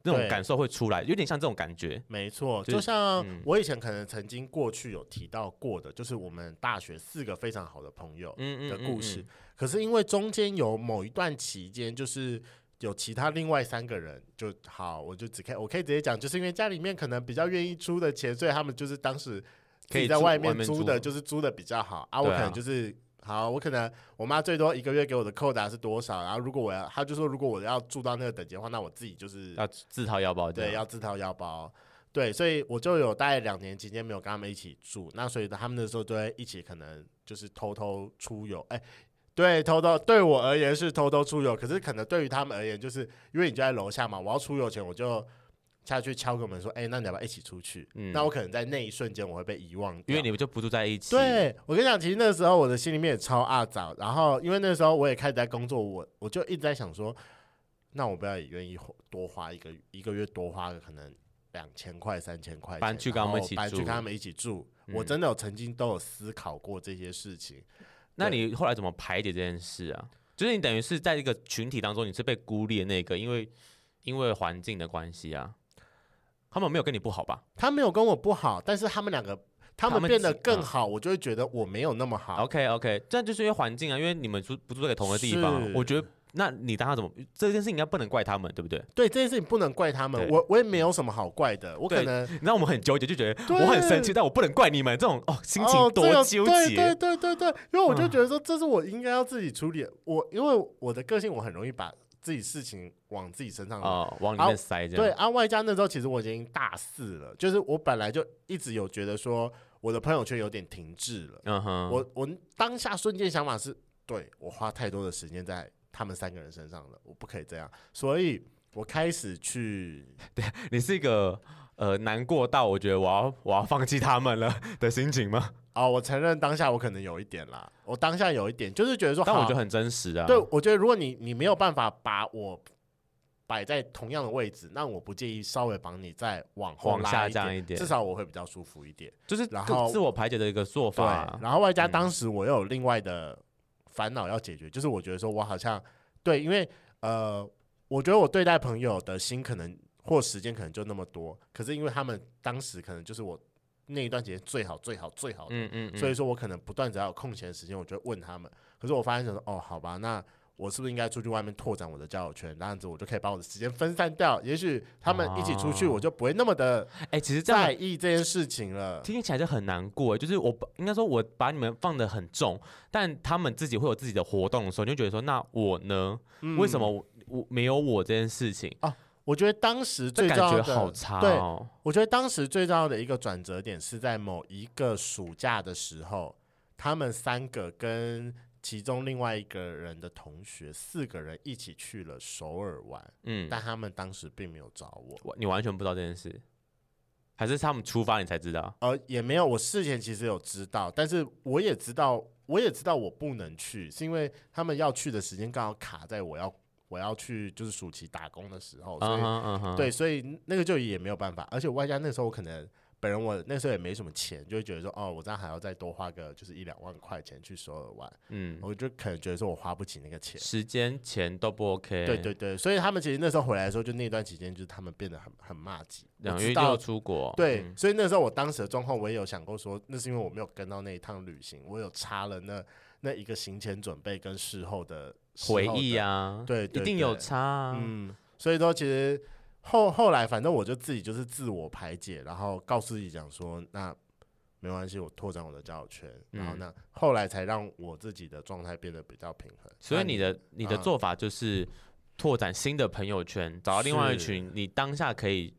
Speaker 2: 那种
Speaker 1: 对
Speaker 2: 感受会出来，有点像这种感觉。
Speaker 1: 没错，
Speaker 2: 就
Speaker 1: 就像
Speaker 2: 嗯
Speaker 1: 我以前可能曾经过去有提到过的，就是我们大学四个非常好的朋友，
Speaker 2: 嗯
Speaker 1: 的故事。，可是因为中间有某一段期间，就是有其他另外三个人就好，我就只可以我可以直接讲，就是因为家里面可能比较愿意出的钱，所以他们就是当时
Speaker 2: 可
Speaker 1: 自
Speaker 2: 以
Speaker 1: 己在
Speaker 2: 租
Speaker 1: 外
Speaker 2: 外
Speaker 1: 面
Speaker 2: 面
Speaker 1: 租
Speaker 2: 租
Speaker 1: 的，就是租的比较好啊。我
Speaker 2: 对
Speaker 1: 可
Speaker 2: 啊
Speaker 1: 能就是好，我可能我妈最多一个月给我的扣打是多少，然后如果我要，她就说如果我要住到那个等级的话，那我自己就是
Speaker 2: 要自掏腰包这
Speaker 1: 对，
Speaker 2: 样，
Speaker 1: 要自掏腰包。对，所以我就有大概两年期间没有跟他们一起住，那所以他们那时候就会一起，可能就是偷偷出游，哎、对，偷偷对我而言是偷偷出游，可是可能对于他们而言，就是因为你就在楼下嘛，我要出游前我就下去敲个门说，哎、那你要不要一起出去？
Speaker 2: 嗯
Speaker 1: 那我可能在那一瞬间我会被遗忘掉，
Speaker 2: 因为你们就不住在一起，，
Speaker 1: 对我跟你讲，其实那时候我的心里面也超阿杂，然后因为那时候我也开始在工作，我我就一直在想说，那我不要也愿意花多花一个一个月多花个可能两千块三千块钱，
Speaker 2: 搬去跟
Speaker 1: 然
Speaker 2: 他们
Speaker 1: 后
Speaker 2: 一起
Speaker 1: 搬去
Speaker 2: 住
Speaker 1: 跟他们一起住。我
Speaker 2: 嗯
Speaker 1: 真的有曾经都有思考过这些事情，
Speaker 2: 那你后来怎么排解这件事啊？就是你等于是在一个群体当中，你是被孤立的那个，因为因为环境的关系啊，他们没有跟你不好吧？
Speaker 1: 他没有跟我不好，但是他们两个他
Speaker 2: 他
Speaker 1: 们
Speaker 2: 们
Speaker 1: 变得
Speaker 2: 几
Speaker 1: 更
Speaker 2: 嗯
Speaker 1: 好，我就会觉得我没有那么好。
Speaker 2: OK OK，这就是因为环境啊，因为你们住不住在同一个地方啊
Speaker 1: 是，
Speaker 2: 我觉得那你当他怎么这件事应该不能怪他们，对
Speaker 1: <laughs>
Speaker 2: 不对？
Speaker 1: 对这件事情不能怪他们，
Speaker 2: 对
Speaker 1: 我我也没有什么好怪的，我可
Speaker 2: 对
Speaker 1: 能
Speaker 2: 那我们很纠结，就觉得我很生气，但我不能怪你们这种哦心
Speaker 1: 哦
Speaker 2: 情
Speaker 1: 这
Speaker 2: 多
Speaker 1: 个
Speaker 2: 纠
Speaker 1: 对
Speaker 2: 结。
Speaker 1: 对对对对，因为我就
Speaker 2: 嗯
Speaker 1: 觉得说，这是我应该要自己处理的。我因为我的个性，我很容易把自己事情往自己身上揽。
Speaker 2: 哦，往里
Speaker 1: 啊
Speaker 2: 面塞这
Speaker 1: 对
Speaker 2: 样。
Speaker 1: 啊，外加那时候其实我已经大四了，就是我本来就一直有觉得说，我的朋友圈有点停滞了。
Speaker 2: 嗯哼，
Speaker 1: 我我当下瞬间想法是，对我花太多的时间在他们三个人身上了，我不可以这样，所以我开始去
Speaker 2: 你是一个呃难过到我觉得我要我要放弃他们了的心情吗？
Speaker 1: 哦，我承认当下我可能有一点啦，我当下有一点就是觉得说，
Speaker 2: 但
Speaker 1: <laughs>
Speaker 2: 我
Speaker 1: 好
Speaker 2: 觉得很真实啊。
Speaker 1: 对，我觉得如果你你没有办法把我摆在同样的位置，那我不介意稍微帮你再往后
Speaker 2: 往
Speaker 1: 拉
Speaker 2: 下
Speaker 1: 一
Speaker 2: 降
Speaker 1: 点，
Speaker 2: 一点
Speaker 1: 至少我会比较舒服一点。
Speaker 2: 就是
Speaker 1: 然
Speaker 2: 各
Speaker 1: 后
Speaker 2: 自我排解的一个做
Speaker 1: 对
Speaker 2: 法啊，。
Speaker 1: 然后外加
Speaker 2: 嗯
Speaker 1: 当时我又有另外的烦恼要解决，就是我觉得说我好像对，因为呃，我觉得我对待朋友的心可能或时间可能就那么多，可是因为他们当时可能就是我那一段时间最好最好最好的
Speaker 2: 嗯嗯，嗯
Speaker 1: 所以说我可能不断只要有空闲的时间，我就会问他们。可是我发现想说，哦，好吧，那我是不是应该出去外面拓展我的交友圈？这样子我就可以把我的时间分散掉。也许他们一起出去，
Speaker 2: 哦
Speaker 1: 我就不会那么的
Speaker 2: 哎，其实这
Speaker 1: 在
Speaker 2: 样
Speaker 1: 意这件事情了。
Speaker 2: 听起来就很难过，欸就是我把应该说我把你们放得很重，但他们自己会有自己的活动的时候，你就觉得说那我呢？
Speaker 1: 嗯
Speaker 2: 为什么？我我没有我这件事情？
Speaker 1: 我觉得当时
Speaker 2: 这
Speaker 1: 最
Speaker 2: 感
Speaker 1: 重要
Speaker 2: 觉
Speaker 1: 的，
Speaker 2: 好差
Speaker 1: 对
Speaker 2: 哦。
Speaker 1: 我觉得当时最重要的一个转折点是在某一个暑假的时候，他们三个跟其中另外一个人的同学四个人一起去了首尔玩，
Speaker 2: 嗯，
Speaker 1: 但他们当时并没有找我。
Speaker 2: 我你完全不知道这件事，还是他们出发你才知道？
Speaker 1: 呃，也没有，我事前其实有知道，但是我也知道，我也知道我不能去，是因为他们要去的时间刚好卡在我要我要去就是暑期打工的时候，哦所
Speaker 2: 嗯
Speaker 1: 以、
Speaker 2: 哼嗯哼，
Speaker 1: 对，所以那个就也没有办法，而且外加那时候我可能本人我那时候也没什么钱，就会觉得说哦，我这样还要再多花个就是一两万块钱去首尔玩，
Speaker 2: 嗯，
Speaker 1: 我就可能觉得说我花不起那个钱。
Speaker 2: 时间钱都不 OK。
Speaker 1: 对对对，所以他们其实那时候回来的时候，就那段期间，就是他们变得很很骂街。我
Speaker 2: 两
Speaker 1: 知
Speaker 2: 月
Speaker 1: 道
Speaker 2: 就出国，
Speaker 1: 对，
Speaker 2: 嗯
Speaker 1: 所以那时候我当时的状况，我也有想过说，那是因为我没有跟到那一趟旅行，我有差了那那一个行前准备跟事后的事
Speaker 2: 回
Speaker 1: 后的
Speaker 2: 忆啊，
Speaker 1: 对
Speaker 2: 一
Speaker 1: 对
Speaker 2: 定有
Speaker 1: 对
Speaker 2: 差啊。
Speaker 1: 嗯，所以说其实后后来反正我就自己就是自我排解，然后告诉自己讲说，那没关系，我拓展我的交友圈，然后
Speaker 2: 嗯
Speaker 1: 那后来才让我自己的状态变得比较平衡。
Speaker 2: 所以
Speaker 1: 那
Speaker 2: 你的你的
Speaker 1: 嗯
Speaker 2: 做法就是拓展新的朋友圈，找到另外一
Speaker 1: 是
Speaker 2: 群你当下可以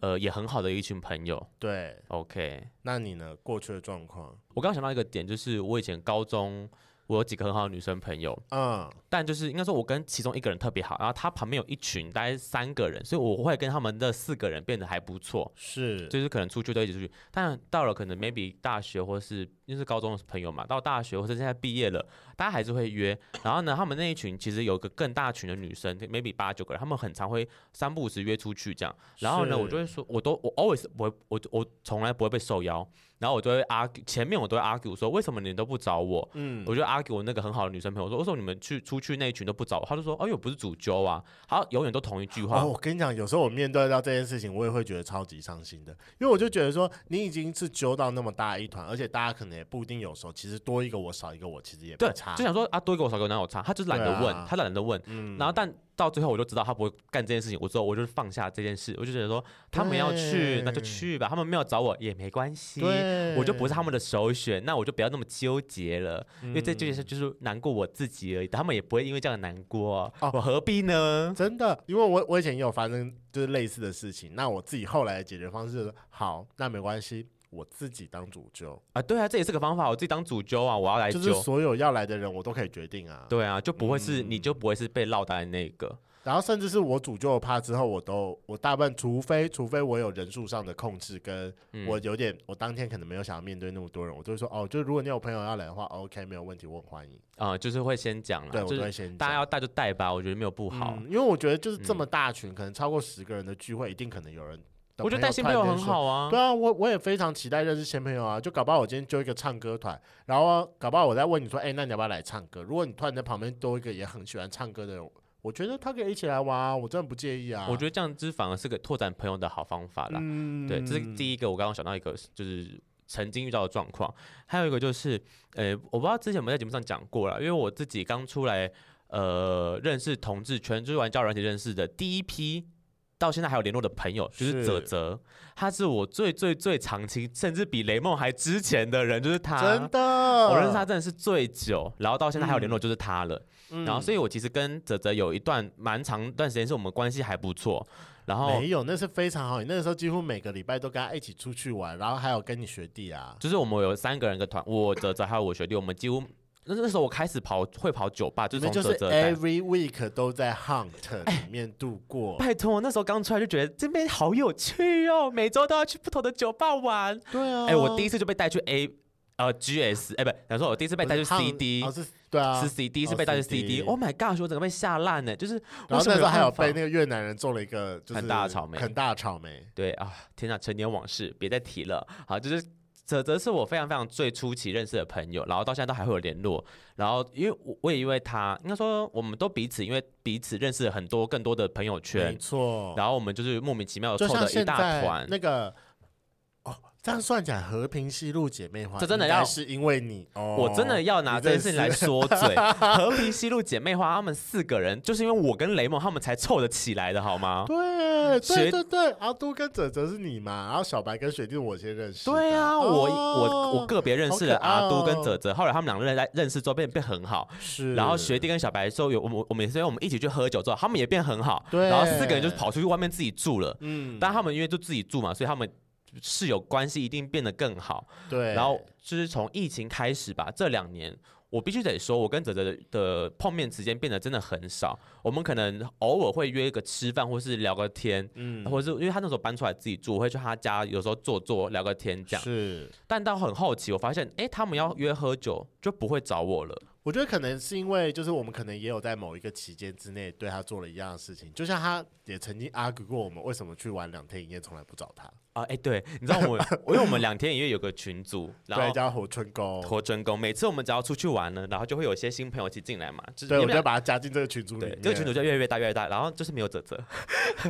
Speaker 2: 呃也很好的一群朋友。
Speaker 1: 嗯对，
Speaker 2: OK，
Speaker 1: 那你呢？过去的状况，
Speaker 2: 我刚刚想到一个点，就是我以前高中我有几个很好的女生朋友，
Speaker 1: 嗯，
Speaker 2: 但就是应该说，我跟其中一个人特别好，然后她旁边有一群大概三个人，所以我会跟他们的四个人变得还不错。
Speaker 1: 是，
Speaker 2: 就是可能出去都一起出去，但到了可能 maybe 大学或是就是高中的朋友嘛，到大学或是现在毕业了，大家还是会约。然后呢，他们那一群其实有个更大群的女生，maybe 八九个人，他们很常会三不五时约出去这样。然后呢，
Speaker 1: 是
Speaker 2: 我就会说，我都我 always 不会，我我从来不会被受邀，然后我就会 argue，前面我都会 argue 说，为什么你都不找我？
Speaker 1: 嗯，
Speaker 2: 我就 argue 我那个很好的女生朋友，我说为什么你们去出去那一群都不找我？她就说，哎呦，不是主揪啊，她永远都同一句话。
Speaker 1: 哦，我跟你讲，有时候我面对到这件事情，我也会觉得超级伤心的，因为我就觉得说，你已经是揪到那么大一团，而且大家可能呢、不一定有时候其实多一个我少一个我其实也
Speaker 2: 对
Speaker 1: 不，差，
Speaker 2: 就想说啊，多一个我少一个哪有差？他就是懒得
Speaker 1: 对
Speaker 2: 问，
Speaker 1: 啊
Speaker 2: 他懒得问。
Speaker 1: 嗯
Speaker 2: 然后，但到最后我就知道他不会干这件事情，我之后我就放下这件事，我就觉得说他们要去那就
Speaker 1: 对
Speaker 2: 去吧，他们没有找我也没关系，
Speaker 1: 对，
Speaker 2: 我就不是他们的首选，那我就不要那么纠结了，因为这纠结是就是难过我自己而已，他们也不会因为这样难过，
Speaker 1: 哦
Speaker 2: 我何必呢？
Speaker 1: 嗯真的，因为我我以前也有发生就是类似的事情，那我自己后来的解决方式就是，好，那没关系，我自己当主揪，
Speaker 2: 啊，对啊，这也是个方法，我自己当主揪啊，我要来
Speaker 1: 就是
Speaker 2: 揪，
Speaker 1: 所有要来的人我都可以决定啊，
Speaker 2: 对啊，就不会是、你
Speaker 1: 嗯
Speaker 2: 就不会是被落单的那个，
Speaker 1: 然后甚至是我主揪了趴之后，我都我大半除非除非我有人数上的控制，跟
Speaker 2: 嗯
Speaker 1: 我有点我当天可能没有想要面对那么多人，我就会说哦，就是如果你有朋友要来的话，OK 没有问题，我很欢迎，
Speaker 2: 啊、就是会先讲
Speaker 1: 对
Speaker 2: 了，
Speaker 1: 我都
Speaker 2: 就是
Speaker 1: 会先
Speaker 2: 大家
Speaker 1: 讲
Speaker 2: 要带就带吧，我觉得没有不好。嗯
Speaker 1: 嗯因为我觉得就是这么大群，可能超过十个人的聚会，一定可能有人的
Speaker 2: 我觉得带新朋
Speaker 1: 突
Speaker 2: 友
Speaker 1: 然间
Speaker 2: 很
Speaker 1: 说
Speaker 2: 好啊，
Speaker 1: 对啊，我我也非常期待认识新朋友啊！就搞不好我今天揪一个唱歌团，然后啊搞不好我在问你说，哎、那你要不要来唱歌？如果你突然在旁边多一个也很喜欢唱歌的人，我觉得他可以一起来玩啊，我真的不介意啊。
Speaker 2: 我觉
Speaker 1: 得，
Speaker 2: 得这样子反而是个拓展朋友的好方法啦。
Speaker 1: 嗯
Speaker 2: 对，这是
Speaker 1: 一，
Speaker 2: 第一个，我刚刚想到一个就是曾经遇到的状况，还有一个就是，呃，我不知道之前有没有在节目上讲过啦，因为我自己刚出来，呃，认识同志圈，就是玩交友软体认识的第一批。到现在还有联络的朋友就是
Speaker 1: 是
Speaker 2: 泽泽，他是我最最最长期，甚至比雷梦还之前的人，就是他。
Speaker 1: 真的，
Speaker 2: 我认识他真的是最久，然后到现在还有联络就是他了。
Speaker 1: 嗯，
Speaker 2: 然后，所以我其实跟泽泽有一段蛮长段时间是我们关系还不错。然后
Speaker 1: 没有，那是非常好。你那个时候几乎每个礼拜都跟他一起出去玩，然后还有跟你学弟啊，
Speaker 2: 就是我们有三个人的团，我泽泽还有我学弟，我们几乎那那时候我开始跑会跑酒吧，就
Speaker 1: 你
Speaker 2: 是
Speaker 1: 们
Speaker 2: 从
Speaker 1: 就是
Speaker 2: 泽泽带。
Speaker 1: every week 都在 hunt 里面度过。
Speaker 2: 拜托，我那时候刚出来就觉得这边好有趣哦，每周都要去不同的酒吧玩。
Speaker 1: 对啊，
Speaker 2: 哎、我第一次就被带去 A 呃 GS，哎、不，想说我第一次被带去 CD，、
Speaker 1: 哦是，对啊，
Speaker 2: 是 CD 是
Speaker 1: 哦
Speaker 2: 被带去
Speaker 1: CD
Speaker 2: CD，Oh、my god！我整个被吓烂呢，就是
Speaker 1: 然
Speaker 2: 为
Speaker 1: 后
Speaker 2: 什
Speaker 1: 那
Speaker 2: 么
Speaker 1: 时候还有
Speaker 2: 办法
Speaker 1: 被那个越南人种了一个就是
Speaker 2: 很大的草莓
Speaker 1: 很大的草莓。
Speaker 2: 对啊，天哪，陈年往事，别再提了。好，就是泽泽是我非常非常最初期认识的朋友，然后到现在都还会有联络。然后因为我我也因为他，应该说我们都彼此因为彼此认识了很多更多的朋友
Speaker 1: 没
Speaker 2: 圈，
Speaker 1: 错，
Speaker 2: 然后我们就是莫名其妙地
Speaker 1: 就
Speaker 2: 凑
Speaker 1: 像
Speaker 2: 了一
Speaker 1: 现
Speaker 2: 大
Speaker 1: 在
Speaker 2: 团。
Speaker 1: 那个哦，这样算起来，和平西路姐妹花
Speaker 2: 这真的
Speaker 1: 应该
Speaker 2: 要
Speaker 1: 是因为你哦，
Speaker 2: 我真的要拿
Speaker 1: 你
Speaker 2: 这件
Speaker 1: 认
Speaker 2: 事情来说嘴，和平西路姐妹花她们四个人，就是因为我跟雷蒙他们才凑得起来的
Speaker 1: <laughs>
Speaker 2: 好吗？
Speaker 1: 对对
Speaker 2: 学
Speaker 1: 对对，阿都跟哲哲是你嘛，然后小白跟雪弟我先认识的，
Speaker 2: 对啊，我
Speaker 1: 哦
Speaker 2: 我我个别认
Speaker 1: 好
Speaker 2: 识
Speaker 1: 可
Speaker 2: 了阿都
Speaker 1: 爱
Speaker 2: 跟
Speaker 1: 哦
Speaker 2: 泽泽，后来他们两个人来认识之后变变很好，
Speaker 1: 是，
Speaker 2: 然后学弟跟小白说有我们我们也是因为我们一起去喝酒之后，他们也变很好，
Speaker 1: 对
Speaker 2: 然后四个人就跑出去外面自己住了。
Speaker 1: 嗯，
Speaker 2: 但他们因为就自己住嘛，所以他们室友关系一定变得更好。
Speaker 1: 对，
Speaker 2: 然后就是从疫情开始吧，这两年我必须得说，我跟哲哲的的碰面时间变得真的很少。我们可能偶尔会约一个吃饭，或是聊个天，
Speaker 1: 嗯
Speaker 2: 或者是因为他那时候搬出来自己住，我会去他家，有时候坐坐聊个天这样。
Speaker 1: 是。
Speaker 2: 但到很后期，我发现，哎，他们要约喝酒就不会找我了。
Speaker 1: 我觉得可能是因为，就是我们可能也有在某一个期间之内对他做了一样的事情，就像他也曾经 argue 过我们为什么去玩两天一夜从来不找他，
Speaker 2: 啊，哎、对，你知道
Speaker 1: <laughs>
Speaker 2: 我们，因为我们两天一夜有个群组，然
Speaker 1: 对，
Speaker 2: 后
Speaker 1: 叫火春宫，
Speaker 2: 活真功，每次我们只要出去玩呢，然后就会有一些新朋友一起进来嘛，就是
Speaker 1: 对，
Speaker 2: 也
Speaker 1: 我
Speaker 2: 没
Speaker 1: 就
Speaker 2: 有
Speaker 1: 把他加进这个群组里
Speaker 2: 对
Speaker 1: 面，
Speaker 2: 这个群组就越来越大，越来越大，然后就是没有泽泽，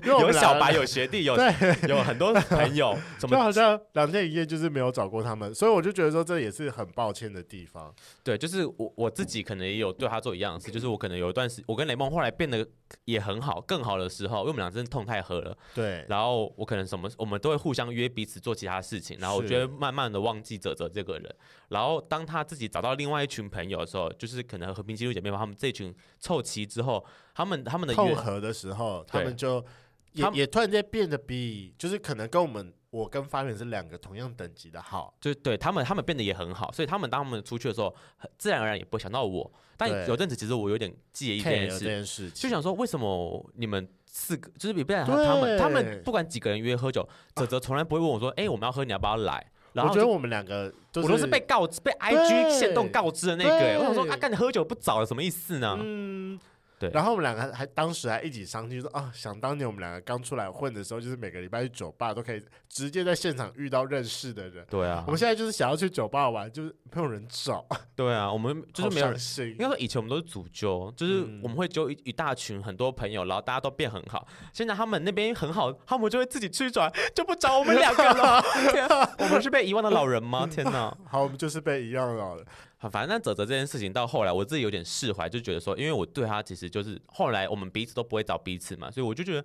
Speaker 1: 因为我们
Speaker 2: 有
Speaker 1: 俩
Speaker 2: 小白，有学弟，有
Speaker 1: 对，
Speaker 2: 有很多朋
Speaker 1: <laughs>
Speaker 2: 友，什
Speaker 1: 就
Speaker 2: 么
Speaker 1: 好像两天一夜就是没有找过他们，所以我就觉得说这也是很抱歉的地方，
Speaker 2: 对，就是我我自己可能也有对他做一样的事，就是我可能有一段时，我跟雷梦后来变得也很好，更好的时候，因为我们俩真的痛太合了，
Speaker 1: 对，
Speaker 2: 然后我可能什么，我们都会互相约彼此做其他事情，然后我
Speaker 1: 是
Speaker 2: 就会慢慢的忘记泽泽这个人。然后当他自己找到另外一群朋友的时候，就是可能和平基督姐妹把他们这群凑齐之后，他们他们的
Speaker 1: 凑
Speaker 2: 约
Speaker 1: 合的时候，他
Speaker 2: 对
Speaker 1: 们就也
Speaker 2: 他们
Speaker 1: 也突然间变得比就是可能跟我们我跟发源是两个同样等级的好，
Speaker 2: 就是对他们他们变得也很好，所以他们当他们出去的时候，很自然而然也不会想到我。但
Speaker 1: 对
Speaker 2: 有阵子其实我有点介意这
Speaker 1: care
Speaker 2: 件
Speaker 1: 这
Speaker 2: 事，
Speaker 1: 件事
Speaker 2: 就
Speaker 1: 情，
Speaker 2: 想说为什么你们。四个就是比不然他们，他们
Speaker 1: 对啊
Speaker 2: 不管几个人约喝酒，泽泽从来不会问我说：“哎、我们要喝，你要不要来？”然
Speaker 1: 我
Speaker 2: 后
Speaker 1: 觉得我们两个就
Speaker 2: 我都是被告知、被 IG
Speaker 1: 对
Speaker 2: 限动告知的那个、欸。我想说，
Speaker 1: 对
Speaker 2: 啊，干你喝酒不早了，什么意思呢？
Speaker 1: 嗯，
Speaker 2: 对
Speaker 1: 然后我们两个还还当时还一起伤心，说啊，想当年我们两个刚出来混的时候，就是每个礼拜去酒吧都可以直接在现场遇到认识的人。
Speaker 2: 对啊
Speaker 1: 我，们现在就是想要去酒吧玩，就是没有人找，
Speaker 2: 对啊，我们就
Speaker 1: 好
Speaker 2: 是没有
Speaker 1: 伤
Speaker 2: 人。
Speaker 1: 心
Speaker 2: 应该说以前我们都是组揪，就是
Speaker 1: 嗯
Speaker 2: 我们会揪一一大群很多朋友，然后大家都变很好。现在他们那边很好，他们就会自己去转，就不找我们两个
Speaker 1: <laughs>
Speaker 2: 了。天啊，我们是被遗忘的老人吗？天哪！
Speaker 1: 好，我们就是被一样了。
Speaker 2: 好，反正那泽泽这件事情到后来，我自己有点释怀，就觉得说，因为我对他其实就是后来我们彼此都不会找彼此嘛，所以我就觉得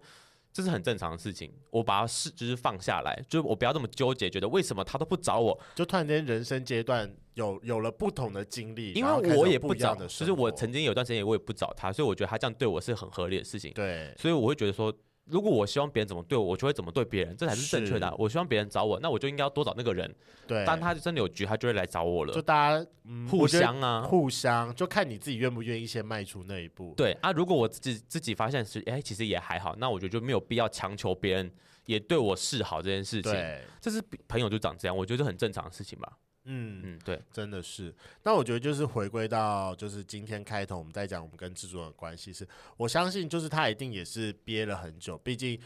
Speaker 2: 这是很正常的事情，我把它是就是放下来，就是我不要这么纠结，觉得为什么他都不找我，
Speaker 1: 就突然间人生阶段有有了不同的经历，
Speaker 2: 因
Speaker 1: 然后开
Speaker 2: 为
Speaker 1: 始
Speaker 2: 我
Speaker 1: 有
Speaker 2: 也
Speaker 1: 不一
Speaker 2: 找，
Speaker 1: 样的
Speaker 2: 就
Speaker 1: 生活，
Speaker 2: 是我曾经有段时间我也不找他，所以我觉得他这样对我是很合理的事情，
Speaker 1: 对
Speaker 2: 所以我会觉得说。如果我希望别人怎么对我，我就会怎么对别人，这才是正确的啊、我希望别人找我，那我就应该要多找那个人。
Speaker 1: 对，
Speaker 2: 当他真的有局，他就会来找我
Speaker 1: 就
Speaker 2: 了。
Speaker 1: 大家、嗯、
Speaker 2: 互
Speaker 1: 我觉得
Speaker 2: 相啊，
Speaker 1: 互相，就看你自己愿不愿意先迈出那一步。
Speaker 2: 对啊，如果我自己自己发现是，哎、其实也还好，那我觉得就没有必要强求别人也对我示好这件事情。
Speaker 1: 对，
Speaker 2: 这是比朋友就长这样，我觉得很正常的事情吧。
Speaker 1: 嗯，
Speaker 2: 嗯，对，
Speaker 1: 真的是。那我觉得就是回归到就是今天开头我们在讲我们跟制作人的关系是，我相信就是他一定也是憋了很久，毕竟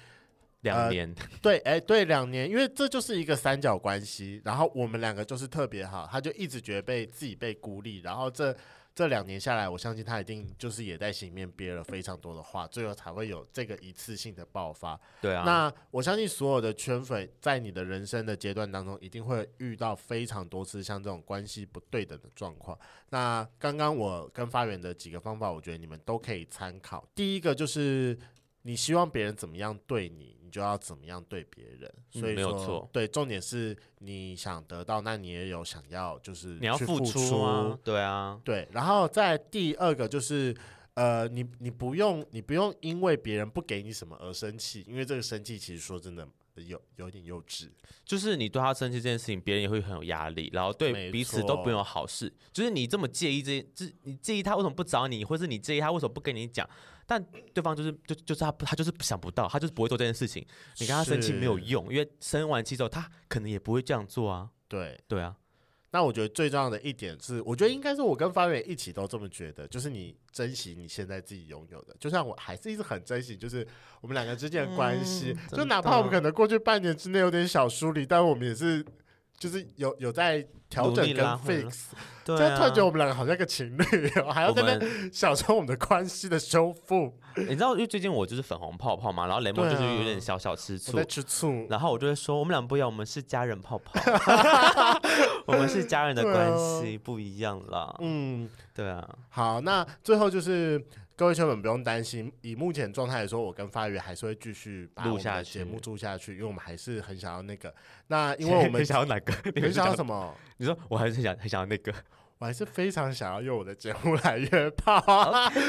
Speaker 2: 两
Speaker 1: 呃
Speaker 2: 年、
Speaker 1: 对，哎、对，两年，因为这就是一个三角关系，然后我们两个就是特别好，他就一直觉得被自己被孤立，然后这这两年下来，我相信他一定就是也在心里面憋了非常多的话，最后才会有这个一次性的爆发。
Speaker 2: 对啊，
Speaker 1: 那我相信所有的圈粉在你的人生的阶段当中，一定会遇到非常多次像这种关系不对等的状况。那刚刚我跟发源的几个方法，我觉得你们都可以参考。第一个就是。你希望别人怎么样对你，你就要怎么样对别人。
Speaker 2: 嗯
Speaker 1: 所以
Speaker 2: 没有
Speaker 1: 说
Speaker 2: 错
Speaker 1: 对，重点是你想得到，那你也有想要，就是
Speaker 2: 你要
Speaker 1: 去
Speaker 2: 付
Speaker 1: 出
Speaker 2: 出啊，对啊，
Speaker 1: 对，然后在第二个就是，呃，你你不用你不用因为别人不给你什么而生气，因为这个生气其实说真的有有点幼稚。
Speaker 2: 就是你对他生气这件事情，别人也会很有压力，然后对
Speaker 1: 没
Speaker 2: 彼此都
Speaker 1: 错
Speaker 2: 不有好事。就是你这么介意这，这你介意他为什么不找你，或是你介意他为什么不跟你讲，但对方就是就就是他他就是想不到，他就是不会做这件事情。你跟他生气没有
Speaker 1: 是
Speaker 2: 用，因为生完气之后他可能也不会这样做啊。
Speaker 1: 对，
Speaker 2: 对啊，
Speaker 1: 那我觉得最重要的一点是，我觉得应该是我跟发源一起都这么觉得，就是你珍惜你现在自己拥有的，就像我还是一直很珍惜，就是我们两个之间的关系
Speaker 2: 嗯，真
Speaker 1: 就哪怕我们
Speaker 2: 的
Speaker 1: 可能过去半年之内有点小疏离，但我们也是就是有有在调
Speaker 2: 努
Speaker 1: 整
Speaker 2: 力
Speaker 1: 跟
Speaker 2: 拉回来
Speaker 1: fix。
Speaker 2: 对
Speaker 1: 这样
Speaker 2: 啊，
Speaker 1: 突然觉得我们两个好像个情侣 <laughs> 哦，还要
Speaker 2: 我
Speaker 1: 在那
Speaker 2: 们 <laughs>
Speaker 1: 边享受我们的关系的修复。
Speaker 2: 你知道，因为最近我就是粉红泡泡嘛，然后雷蒙
Speaker 1: 对
Speaker 2: 就是
Speaker 1: 啊
Speaker 2: 有点小小吃
Speaker 1: 我
Speaker 2: 醋
Speaker 1: 在，吃醋，
Speaker 2: 然后我就会说我们俩不一样，我们是家人
Speaker 1: <laughs>
Speaker 2: 泡泡，我们是家人的
Speaker 1: 对
Speaker 2: 关
Speaker 1: 啊
Speaker 2: 系、不一样啦。
Speaker 1: 嗯，
Speaker 2: 对啊，
Speaker 1: 好，那最后就是各位球粉不用担心，以目前状态来说，我跟发源还是会继续把
Speaker 2: 录
Speaker 1: 我们
Speaker 2: 下
Speaker 1: 的
Speaker 2: 去
Speaker 1: 节目做下去，因为我们还是很想要那个。那因为我
Speaker 2: <laughs>
Speaker 1: 们
Speaker 2: 你想要哪个？你
Speaker 1: 很想要
Speaker 2: 么？
Speaker 1: 什么？
Speaker 2: 你说我还是想很想要那个。
Speaker 1: 我还是非常想要用我的节目来约炮，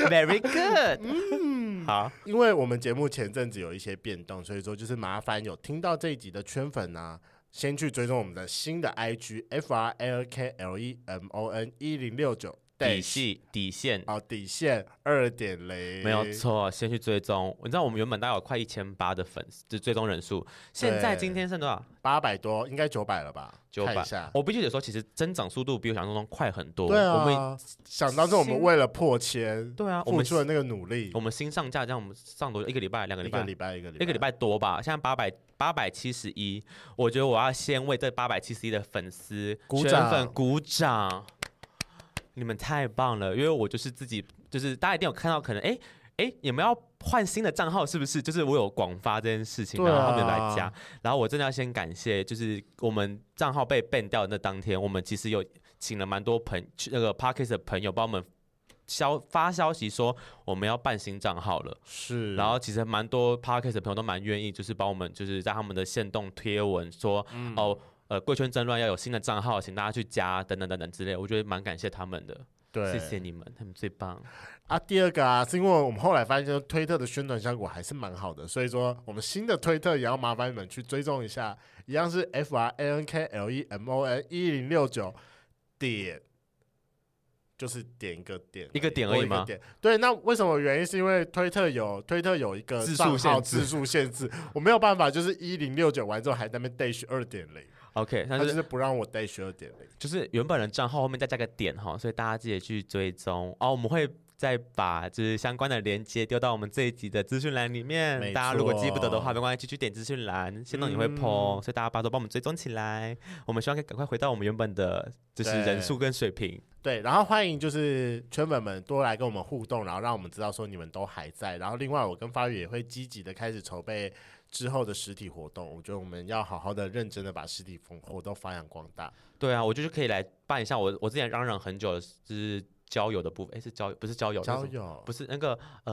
Speaker 2: Very
Speaker 1: <laughs>
Speaker 2: good。好，
Speaker 1: 嗯因为我们节目前阵子有一些变动，所以说就是麻烦有听到这一集的圈粉呢、先去追踪我们的新的 IG F R L K L E M O N 一零六九
Speaker 2: 底细底线
Speaker 1: 哦，底线二点零，
Speaker 2: 没有错，先去追踪。你知道我们原本大概有快一千八的粉丝，就追踪人数，现在
Speaker 1: 对
Speaker 2: 今天剩多少？
Speaker 1: 八百多，应该九百了吧？
Speaker 2: 九
Speaker 1: 看
Speaker 2: 百
Speaker 1: 一下。。
Speaker 2: 我必须得说，其实增长速度比我想象中快很多。
Speaker 1: 对
Speaker 2: 我们
Speaker 1: 啊，想当初我们
Speaker 2: 新
Speaker 1: 为了破千，
Speaker 2: 对啊，我
Speaker 1: 付
Speaker 2: 们
Speaker 1: 出了那个努力
Speaker 2: 我，们新上架，这样我们上多久？一个礼拜，两个礼
Speaker 1: 一个
Speaker 2: 拜，
Speaker 1: 礼拜一个礼拜
Speaker 2: 一个礼拜多吧。现在八百八百七十一，我觉得我要先为这八百七十一的粉丝
Speaker 1: 鼓
Speaker 2: 圈
Speaker 1: 掌
Speaker 2: 粉鼓掌。你们太棒了，因为我就是自己，就是大家一定有看到，可能哎哎，诶你们要换新的账号是不是？就是我有广发这件事情，
Speaker 1: 对
Speaker 2: 然
Speaker 1: 啊
Speaker 2: 后他们来加，然后我真的要先感谢，就是我们账号被 ban 掉的那当天，我们其实有请了蛮多朋去那个 Parkes 的朋友帮我们消发消息说我们要办新账号了。
Speaker 1: 是，
Speaker 2: 然后其实蛮多 podcast 的朋友都蛮愿意，就是帮我们就是在他们的线动贴文说、
Speaker 1: 嗯
Speaker 2: 哦。呃，贵圈争乱要有新的账号，请大家去加，等等等等之类，我觉得蛮感谢他们的，
Speaker 1: 对，
Speaker 2: 谢谢你们，他们最棒。
Speaker 1: 啊，第二个啊，是因为我们后来发现，推特的宣传效果还是蛮好的，所以说我们新的推特也要麻烦你们去追踪一下，一样是 F R A N K L E M O N 一零六九点，就是点一个点而已，
Speaker 2: 一个点
Speaker 1: 多
Speaker 2: 而已
Speaker 1: 一个
Speaker 2: 吗
Speaker 1: 点对，那为什么原因是因为推特有推特有一个
Speaker 2: 字数
Speaker 1: 账号
Speaker 2: 限制
Speaker 1: 字数限制，我没有办法，就是一零六九完之后还在那边 dash 二点零，
Speaker 2: OK，
Speaker 1: 他
Speaker 2: 那
Speaker 1: 就
Speaker 2: 就是
Speaker 1: 是不让我 dash 二点零。
Speaker 2: 就是原本的账号后面再加个点哈，所以大家记得去追踪哦。我们会再把就是相关的连接丢到我们这一集的资讯栏里面。
Speaker 1: 没
Speaker 2: 大家如果记不得的
Speaker 1: 错嗯
Speaker 2: 话，没关系，继续点资讯栏，线动也会 po，、所以大家把都帮我们追踪起来。我们希望可以赶快回到我们原本的就是
Speaker 1: 对
Speaker 2: 人数跟水平。
Speaker 1: 对，然后欢迎就是圈粉们多来跟我们互动，然后让我们知道说你们都还在。然后另外，我跟发育也会积极的开始筹备之后的实体活动。我觉得我们要好好的、认真的把实体活活动发扬光大。
Speaker 2: 对啊，我就是可以来办一下我我之前嚷嚷很久的就是交友的部分，哎，是交友不是交友，
Speaker 1: 交
Speaker 2: 那是
Speaker 1: 友
Speaker 2: 不是那个呃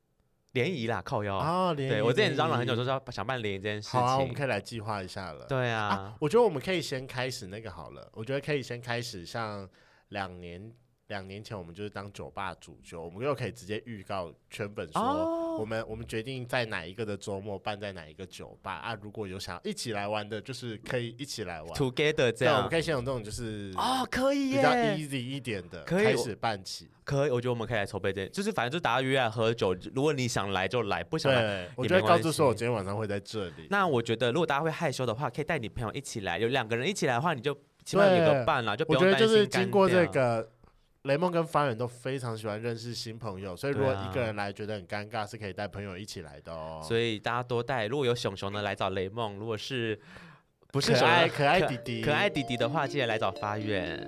Speaker 2: 联谊啦，靠腰。
Speaker 1: 啊，联
Speaker 2: 对
Speaker 1: 谊
Speaker 2: 我之前嚷嚷很久，
Speaker 1: 联谊
Speaker 2: 说是要想办联谊这件事情。
Speaker 1: 好啊，我们可以来计划一下了。
Speaker 2: 对
Speaker 1: 啊
Speaker 2: 啊，，
Speaker 1: 我觉得我们可以先开始那个好了。我觉得可以先开始，像两年两年前我们就是当酒吧主修，我们又可以直接预告圈粉说，
Speaker 2: 哦
Speaker 1: 啊我们我们决定在哪一个的周末办在哪一个酒吧啊。如果有想一起来玩的，就是可以一起来玩。
Speaker 2: together 这
Speaker 1: 对，我们
Speaker 2: 样
Speaker 1: 可以先从这种就是
Speaker 2: 哦，可以
Speaker 1: 比较
Speaker 2: 耶，
Speaker 1: easy 一点的
Speaker 2: 可以
Speaker 1: 开
Speaker 2: 我
Speaker 1: 始办起。
Speaker 2: 可以，我觉得我们可以来筹备这，就是反正就大家约来喝酒，如果你想来就来，不想来。
Speaker 1: 对，我
Speaker 2: 也
Speaker 1: 就会
Speaker 2: 没
Speaker 1: 告
Speaker 2: 关
Speaker 1: 知说我
Speaker 2: 系
Speaker 1: 今天晚上会在这里。
Speaker 2: 那我觉得如果大家会害羞的话，可以带你朋友一起来，有两个人一起来的话，你就起码有个
Speaker 1: 对
Speaker 2: 伴啦，就不
Speaker 1: 我觉
Speaker 2: 用
Speaker 1: 得
Speaker 2: 担
Speaker 1: 就
Speaker 2: 心
Speaker 1: 是
Speaker 2: 干
Speaker 1: 经过这
Speaker 2: 掉
Speaker 1: 个，雷梦跟方远都非常喜欢认识新朋友，所以如
Speaker 2: 对
Speaker 1: 果
Speaker 2: 啊
Speaker 1: 一个人来觉得很尴尬，是可以带朋友一起来的哦。
Speaker 2: 所以大家多带。如果有熊熊的来找雷梦，如果是不是
Speaker 1: 可
Speaker 2: 熊
Speaker 1: 爱
Speaker 2: 的
Speaker 1: 可爱弟弟，
Speaker 2: 可爱。弟弟的话，记得来找发愿。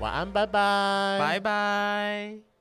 Speaker 1: 晚安，拜拜，
Speaker 2: 拜拜。